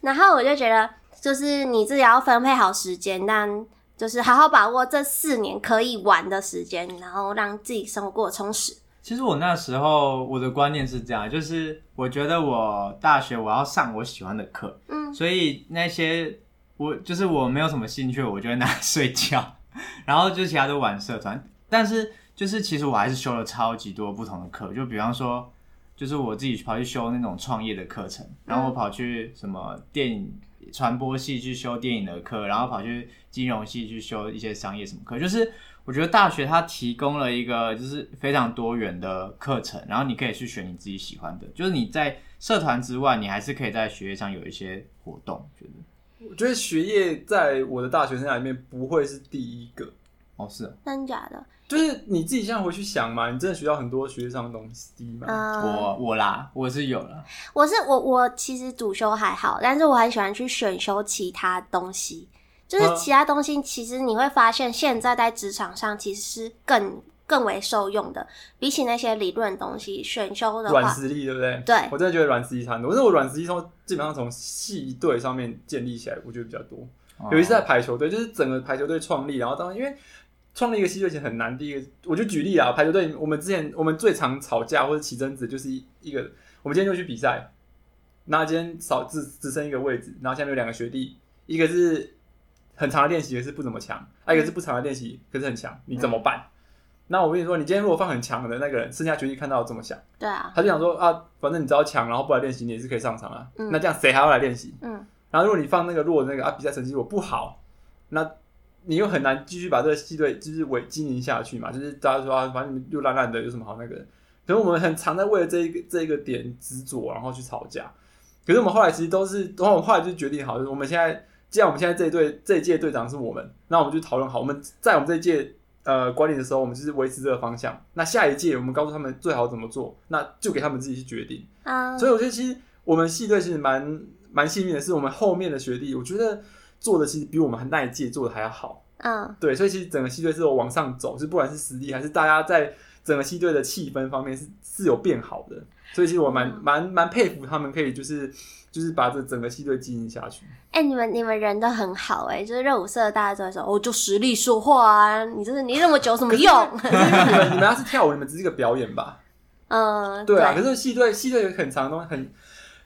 然后我就觉得，就是你自己要分配好时间，但就是好好把握这四年可以玩的时间，然后让自己生活过得充实。其实我那时候我的观念是这样，就是我觉得我大学我要上我喜欢的课，嗯，所以那些我就是我没有什么兴趣，我就会拿来睡觉， 然后就其他都玩社团。但是就是其实我还是修了超级多不同的课，就比方说，就是我自己跑去修那种创业的课程，然后我跑去什么电影传播系去修电影的课，然后跑去金融系去修一些商业什么课，就是。我觉得大学它提供了一个就是非常多元的课程，然后你可以去选你自己喜欢的，就是你在社团之外，你还是可以在学业上有一些活动。觉得我觉得学业在我的大学生涯里面不会是第一个，哦，是哦真假的？就是你自己现在回去想嘛，你真的学到很多学业上的东西嘛。嗯，啊我我啦，我是有了，我是我我其实主修还好，但是我很喜欢去选修其他东西，就是嗯其他东西，其实你会发现现在在职场上其实是更更为受用的，比起那些理论东西，选修的软话，实力对不对？对我真的觉得软实力差很多。但是我软实力从基本上从系队上面建立起来，我觉得比较多。哦尤其是在排球队，就是整个排球队创立，然后当然因为创立一个系队其实很难。第一个，我就举例啊，排球队我们之前我们最常吵架或者起争执就是一一个，我们今天就去比赛，那今天少只只剩一个位置，然后下面有两个学弟，一个是很长的练习，可是不怎么强；，啊还、有一个是不长的练习，可是很强，你怎么办？那我跟你说，你今天如果放很强的那个人，剩下学弟看到怎么想？对啊，他就想说啊，反正你只要强，然后不来练习，你也是可以上场啊。嗯那这样谁还要来练习？嗯，然后如果你放那个弱的那个啊，比赛成绩我不好，那你又很难继续把这个系队就是维经营下去嘛。就是大家说啊，反正你们又烂烂的，有什么好那个的？所以我们很常在为了这一个这一个点执着，然后去吵架。可是我们后来其实都是，然后我们后来就决定好，就是我们现在，既然我们现在这一队这一届队长是我们，那我们就讨论好，我们在我们这一届呃管理的时候，我们就是维持这个方向。那下一届我们告诉他们最好怎么做，那就给他们自己去决定。啊、所以我觉得其实我们系队其实蛮蛮幸运的，是我们后面的学弟，我觉得做的其实比我们那一届做的还要好。嗯，对，所以其实整个系队是有往上走，就不管是实力还是大家在整个系队的气氛方面是是有变好的。所以其实我蛮嗯蛮蛮佩服他们可以就是就是把这整个系队经营下去。哎、你们你们人都很好哎、就是热舞社大家都会说，哦，就实力说话啊，你就是你那么久什么用？ 你们你们要是跳舞，你们只是一个表演吧？嗯，对啊，可是系队系队有很长的东西，很，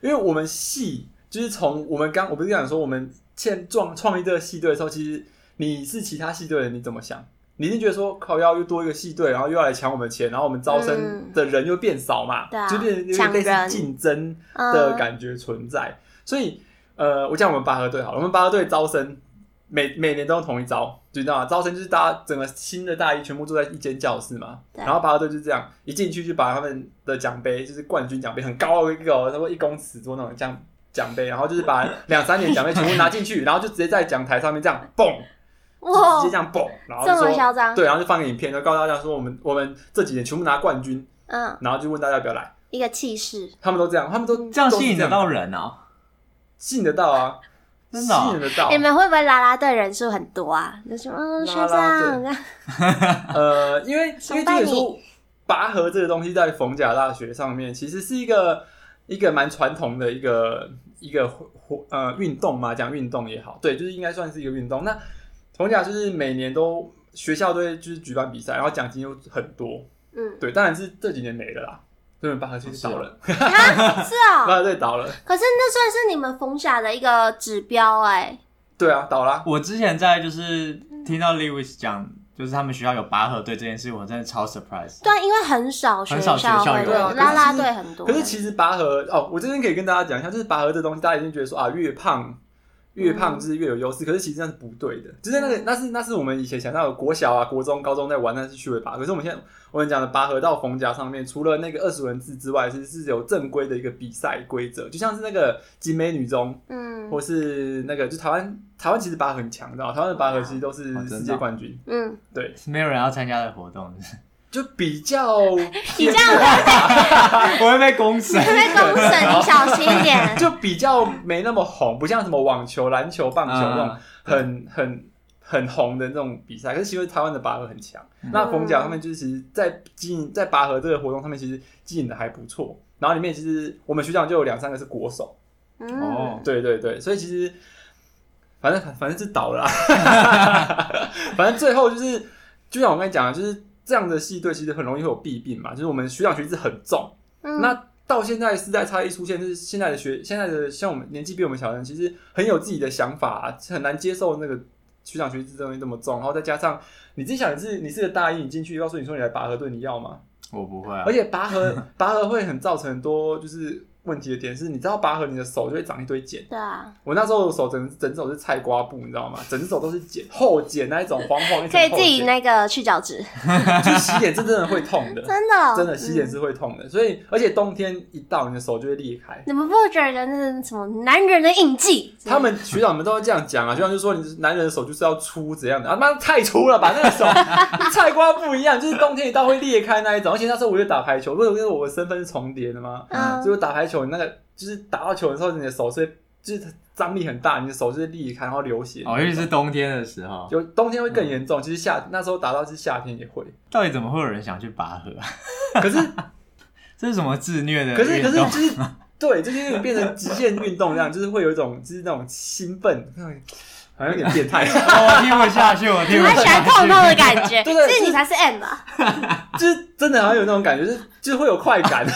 因为我们系就是从我们刚我不是讲说我们现创创立这个系队的时候，其实你是其他系队的人，你怎么想？你一定觉得说靠要又多一个系队，然后又要来抢我们钱，然后我们招生嗯的人又变少嘛，对啊就变有点类抢人似竞争的嗯，感觉存在。所以呃，我讲我们拔河队好了，我们拔河队招生每每年都用同一招，就知道吗？招生就是大家整个新的大一全部坐在一间教室嘛，对然后拔河队就是这样，一进去就把他们的奖杯，就是冠军奖杯，很高的一个、哦，差不多一公尺多那种奖奖杯，然后就 是把两三年奖杯全部拿进去，然后就直接在讲台上面这样蹦，就哇直接，这样蹦，然后就这么说嚣张，对，然后就放个影片，就告诉大家说我们我们这几年全部拿冠军，嗯，然后就问大家要不要来，一个气势，他们都这样，他们都这样都是吸引这得到人哦，吸引得到啊，真的哦吸引得到你。们会不会啦啦队人数很多啊？就说嗯，学啦啦队长，呃，因为因为崇拜这个你说拔河这个东西在逢甲大学上面其实是一个一个蛮传统的一个一个活呃运动嘛，讲运动也好，对，就是应该算是一个运动。那逢甲就是每年都学校都会就是举办比赛，然后奖金又很多，嗯，对，当然是这几年没了啦，所以拔河队倒了， 啊是 拔哦。河队倒了，可是那算是你们冯甲的一个指标哎、对啊，倒了啊。我之前在就是听到 Lewis 讲，就是他们学校有拔河队这件事，我真的超 surprise。啊对，啊因为很少学很少学校会有有对啦啦可是队很多可人，是其实拔河哦，我这边可以跟大家讲一下，就是拔河这东西，大家一定觉得说啊，越胖越胖就是越有优势，可是其实这样是不对的。就是那个嗯那是那是我们以前想到的国小啊、国中、高中在玩，那是趣味拔河。可是我们现在我们讲的拔河到冯甲上面，除了那个二十文字之外，是是有正规的一个比赛规则，就像是那个集美女中。嗯或是那个，就台湾，台湾其实拔河很强，你知道吗台湾的拔河其实都是哦真的哦世界冠军，嗯，对，没有人要参加的活动， 就比较 你这样我会被公审。被公审，你小心一点。 就比较没那么红，不像什么网球、篮球、棒球嗯那种很很很红的那种比赛。可是其实台湾的拔河很强，嗯那冯甲他们就是其实在经营在拔河这个活动上面，其实经营的还不错。然后里面其实我们学长就有两三个是国手，嗯，哦对对对，所以其实反正反正是倒了啦，反正最后就是就像我跟你讲的，就是这样的系队其实很容易会有弊病嘛，就是我们学长学弟制很重。嗯那到现在世代差异出现，就是现在的学现在的像我们年纪比我们小的人，其实很有自己的想法、啊很难接受那个学长学弟这东西这么重，然后再加上你自己想你是你是个大一，你进去告诉你说你来拔河队，你要吗？我不会啊而，且拔 河拔河会很造成很多就是问题的点是，你知道拔河你的手就会长一堆茧，对啊，我那时候手整整手是菜瓜布，你知道吗？整只手都是茧，厚茧那一种黄黄一可层以厚自己茧，那个去角质，，去洗脸是真的会痛的 真的真的洗脸嗯是会痛的，所以而且冬天一到，你的手就会裂开。你们不觉得那是什么男人的印记？他们学长们都会这样讲啊，学长就说你男人的手就是要粗怎样的，啊妈太粗了吧，那个手跟菜瓜不一样，就是冬天一到会裂开那一种。而且那时候我就打排球，不是跟我的身份是重叠的吗？嗯啊就是打排球，你那个就是打到球的时候，你的手是会就是张力很大，你的手就是裂开，然后流血。哦，尤其是冬天的时候，有冬天会更严重，其实夏那时候打到是夏天也会，到底怎么会有人想去拔河啊？可 是这是什么自虐的可是运可是动就是对，就是有点变成极限运动这样，就是会有一种就是那种兴奋，那种好像有点变态。哦我听不下去，我你听不们喜下 欢去。痛痛的感觉，对对啊所以就你是才是 M 吧？ 就是真的好像有那种感觉，就是就是会有快感，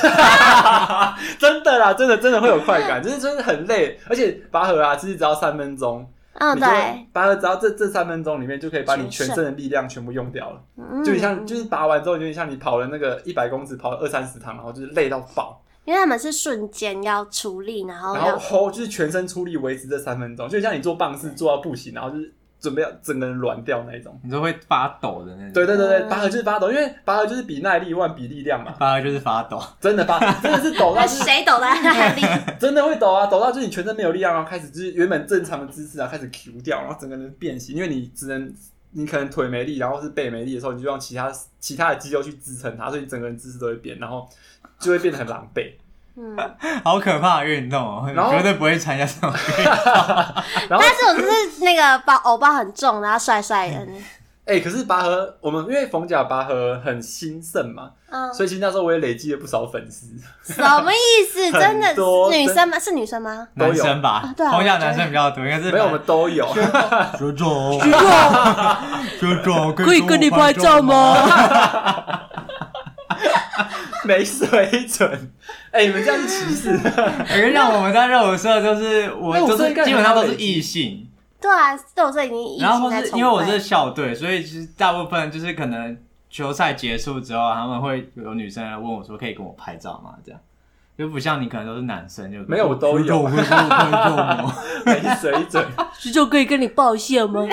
真的啦，真的真的会有快感，就是真的很累，而且拔河啊，其实只要三分钟，嗯，你就对，拔河只要这这三分钟里面就可以把你全全身身的力量全部用掉了，嗯就你像就是拔完之后，有点像你跑了那个一百公尺，跑了二三十趟，然后就是累到爆，因为他们是瞬间要出力，然后然要 后吼就是全身出力维持这三分钟，就像你做棒式做到不行，然后就是准备要整个人软掉那一种。你说会发抖的那种，对对对对，嗯拔河就是发抖，因为拔河就是比耐力万比力量嘛，拔河就是发抖。真的发真的是抖到那就是谁抖在哪 里？真的会抖啊，抖到就是你全身没有力量，然后开始就是原本正常的姿势啊，开始 Q 掉，然后整个人变形，因为你只能你可能腿没力，然后是背没力的时候，你就用其他其他的肌肉去支撑它，所以你整个人姿势都会变，然后就会变得很狼狈。嗯，好可怕的运动哦！然后绝对不会参加这种。然后但是我就是那个包欧包很重，然后帅帅的，嗯哎、可是拔河，我们因为逢甲拔河很兴盛嘛，嗯，所以其实那时候我也累积了不少粉丝。什么意思？很真的多是女生吗？是女生吗？都有男生吧啊，对啊同样我觉得男生比较多，应该是 没有，我们都有。 学长，学长可跟我？？没水准。哎、你们这样是歧视。 我跟你哎讲，我们在热舞社就是我热舞就社是应该基本上都是很好累积异性，对啊，对我这已经已然后经或在是崇因为我拜是校队，所以其实大部分就是可能球赛结束之后，他们会有女生来问我说可以跟我拍照吗？这样。就不像你可能都是男生，就没有我都有学长我会跟我拍照吗？没水准，徐总可以跟你报谢吗？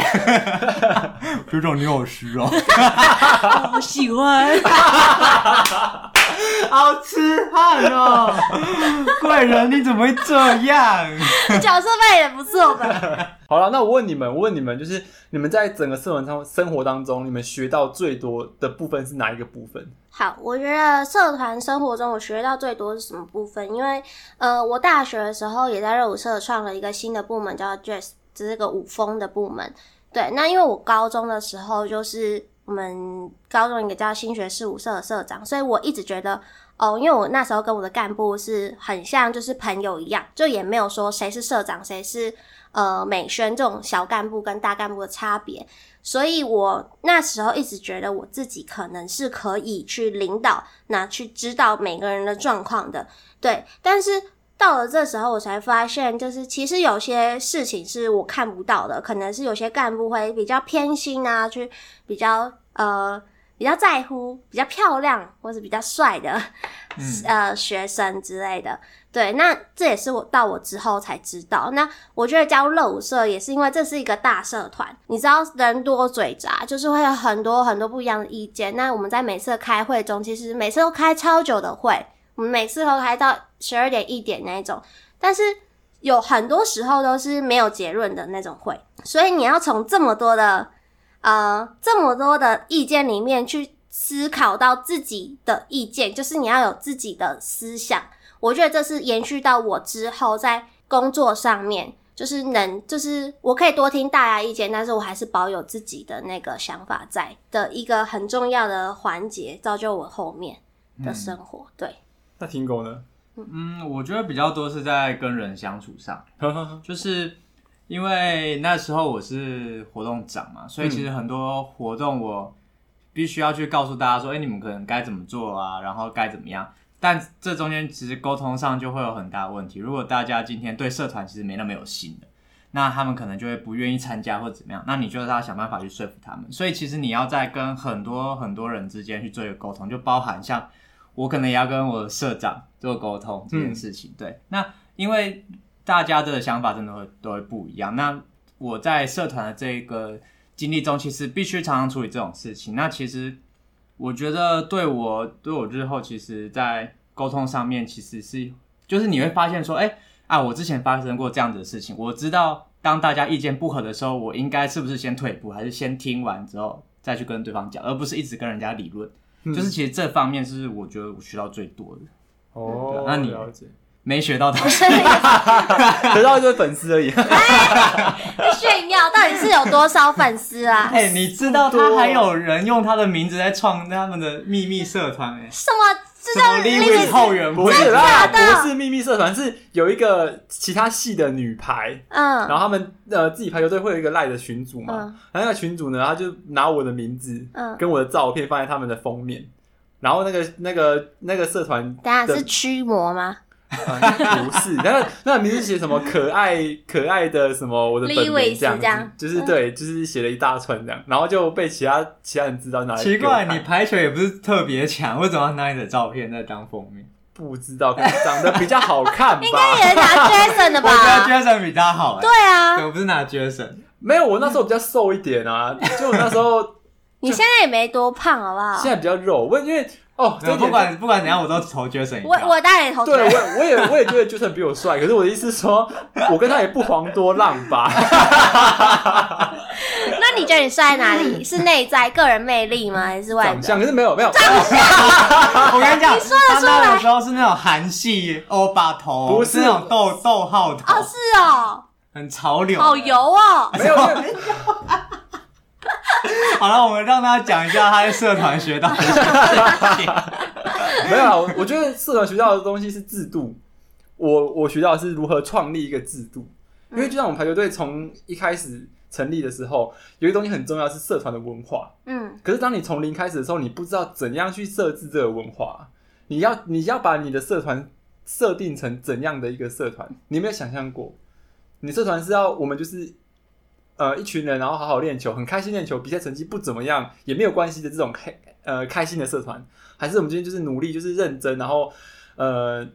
学长你好虚哦，我喜欢。好痴汉哦！ 贵人你怎么会这样？ 角色扮演不错吧？好了，那我问你们，我问你们，就是你们在整个社团上生活当中，你们学到最多的部分是哪一个部分？好，我觉得社团生活中我学到最多是什么部分？因为呃，我大学的时候也在热舞社创了一个新的部门，叫 Jazz，只是个舞风的部门。对，那因为我高中的时候就是我们高中一个叫新学事务社的社长，所以我一直觉得哦，因为我那时候跟我的干部是很像，就是朋友一样，就也没有说谁是社长，谁是呃美宣这种小干部跟大干部的差别。所以我那时候一直觉得我自己可能是可以去领导，那去知道每个人的状况的，对。但是到了这时候，我才发现，就是其实有些事情是我看不到的，可能是有些干部会比较偏心啊，去比较呃比较在乎比较漂亮或是比较帅的、嗯 呃学生之类的。对，那这也是我到我之后才知道。那我觉得加入热舞社也是因为这是一个大社团，你知道人多嘴杂，就是会有很多很多不一样的意见。那我们在每次的开会中，其实每次都开超久的会，我们每次都开到十二点一点那一种，但是有很多时候都是没有结论的那种会，所以你要从这么多的呃这么多的意见里面去思考到自己的意见，就是你要有自己的思想。我觉得这是延续到我之后在工作上面，就是能，就是我可以多听大家意见，但是我还是保有自己的那个想法在的一个很重要的环节，造就我后面嗯的生活。对， 那听狗呢？ 嗯，我觉得比较多是在跟人相处上，嗯就是因为那时候我是活动长嘛，所以其实很多活动我必须要去告诉大家说，哎、你们可能该怎么做啊，然后该怎么样。但这中间其实沟通上就会有很大的问题。如果大家今天对社团其实没那么有心的，那他们可能就会不愿意参加或怎么样，那你就是要想办法去说服他们。所以其实你要在跟很多很多人之间去做一个沟通，就包含像我可能也要跟我的社长做沟通这件事情。对，那因为大家的想法真的会都会不一样。那我在社团的这个经历中，其实必须常常处理这种事情。那其实我觉得对我对我日后，其实在沟通上面，其实是就是你会发现说，哎、啊，我之前发生过这样子的事情，我知道当大家意见不合的时候，我应该是不是先退一步，还是先听完之后再去跟对方讲，而不是一直跟人家理论。嗯就是其实这方面是我觉得我学到最多的，哦，那你了解，没学到的。得到一堆粉丝而已。炫耀到底是有多少粉丝 啊？ 哎、你知道他还有人用他的名字在创他们的秘密社团哎、什么？这什么叫 Liwis 后援 不会，是啦，真的不是秘密社团，是有一个其他系的女排，然嗯后他们呃自己排球队会有一个赖的群组嘛，嗯然后那个群组呢，他就拿我的名字嗯，跟我的照片放在他们的封面，然后那个那个那个社团等一下的是驱魔吗？呃不是，那个那个名字写什么可爱可爱的什么我的本名 Lewis 这样子，这样就是嗯对，就是写了一大串这样，然后就被其他其他人知道拿 来奇给我怪，看你排球也不是特别强，为什么要拿你的照片在当封面？不知道，可能长得比较好看那吧？也拿哎 Jason 的 我觉得吧？ Jason 比他好哎、对啊，对我不是拿 Jason，没有，我那时候比较瘦一点啊，就我那时候你现在也没多胖，好不好现？在比较肉，我因为哦，这对嗯不一点管不管怎样，我都投 Jason 一我票。我当然也投对资我我也我也觉得 Jason 比我帅，可是我的意思是说，我跟他也不遑多让吧。那你觉得你帅在哪 里？是内在个人魅力吗？还是外长表？相可是没有没有，我跟你讲，他出那来个时候是那种韩系欧巴头，不是那种逗逗号头，哦，是哦，很潮流。好油哦。没有没有，好了，我们让他讲一下他在社团学到的事 情。 没有啊，我我觉得社团学到的东西是制度，我我学到的是如何创立一个制度，因为就像我们排球队从一开始成立的时候，有一个东西很重要是社团的文化，嗯可是当你从零开始的时候，你不知道怎样去设置这个文化，你要你要把你的社团设定成怎样的一个社团？你有没有想象过？你社团是要我们就是呃一群人，然后好好练球，很开心练球，比赛成绩不怎么样也没有关系的这种开呃开心的社团，还是我们今天就是努力，就是认真，然后呃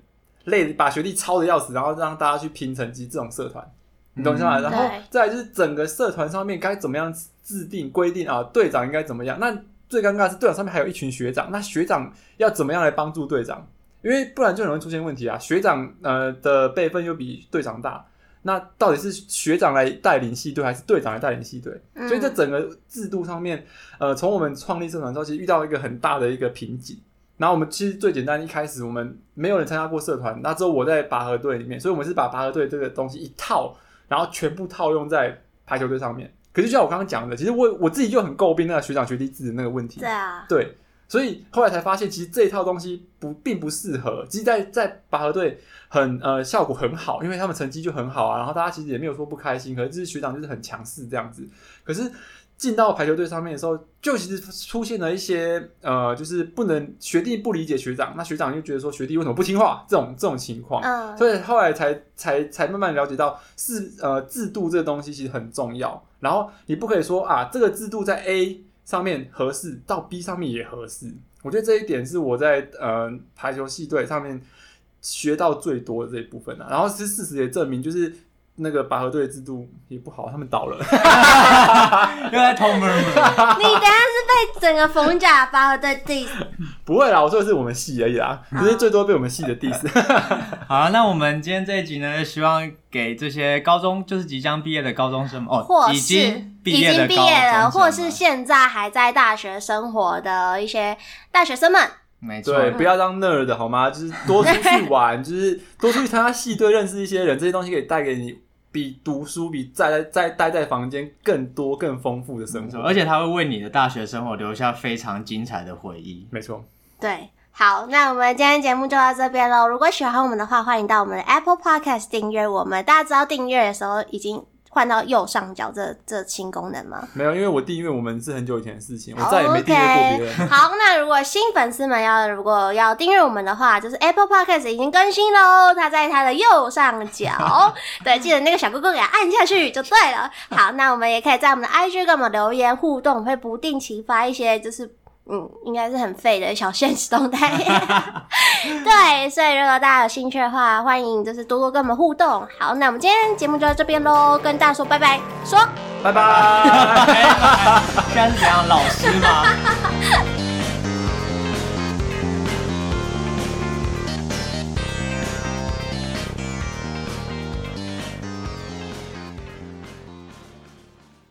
累把学弟抄的要死，然后让大家去拼成绩这种社团，你懂我意思吗？嗯然后对再来就是整个社团上面该怎么样制定规定啊，队长应该怎么样？那最尴尬的是队长上面还有一群学长，那学长要怎么样来帮助队长？因为不然就很容易出现问题啊。学长呃的辈分又比队长大，那到底是学长来带领系队，还是队长来带领系队？嗯所以在整个制度上面，呃，从我们创立社团之后，其实遇到一个很大的一个瓶颈。然后我们其实最简单，一开始我们没有人参加过社团，那之后我在拔河队里面，所以我们是把拔河队这个东西一套，然后全部套用在排球队上面。可是就像我刚刚讲的，其实我我自己就很诟病那个学长学弟制的那个问题。对啊，对，所以后来才发现，其实这一套东西不并不适合。其实在，在拔河队很呃效果很好，因为他们成绩就很好啊，然后大家其实也没有说不开心，可是就是学长就是很强势这样子。可是进到排球队上面的时候，就其实出现了一些呃，就是不能学弟不理解学长，那学长就觉得说学弟为什么不听话这种这种情况。嗯，哦所以后来才才才慢慢了解到是呃制度这个东西其实很重要，然后你不可以说啊这个制度在 A 上面合适，到 B 上面也合适。我觉得这一点是我在呃排球系队上面学到最多的这一部分了、啊然后是事实也证明，就是那个拔河队的制度也不好，他们倒了。 又在偷摸摸。你等一下是被整个冯甲拔河队 diss 不会啦，我说的是我们系而已啦，只是最多被我们系的 diss。好了，那我们今天这一集呢，希望给这些高中就是即将毕业的高中生们哦，或已是经 毕已业的经毕高中生业了，们或是现在还在大学生活的一些大学生们，没错，对，不要当 nerd 的好 吗？就是多出去玩， 就是多出去参加系队，认识一些人，这些东西可以带给你比读书、比在在在待在房间更多、更丰富的生没错活。而且他会为你的大学生活留下非常精彩的回忆。没错，对。好，那我们今天节目就到这边喽。如果喜欢我们的话，欢迎到我们的 Apple Podcast 订阅我们。大家知道订阅的时候已经换到右上角这这新功能吗？没有，因为我订阅我们是很久以前的事情，我再也没订阅过别人。 OK，好， 那如果新粉丝们要如果要订阅我们的话，就是 Apple Podcast 已经更新喽，它在它的右上 角，对，记得那个小勾勾给它按下去就对了。好，那我们也可以在我们的 IG 跟我们留言互动，我会不定期发一些就是。嗯，应该是很废的小现实动 态。对，所以如果大家有兴趣的话，欢迎就是多多跟我们互动。好，那我们今天节目就到这边喽，跟大家说拜拜，说。 拜拜。现在是怎样，老师吗？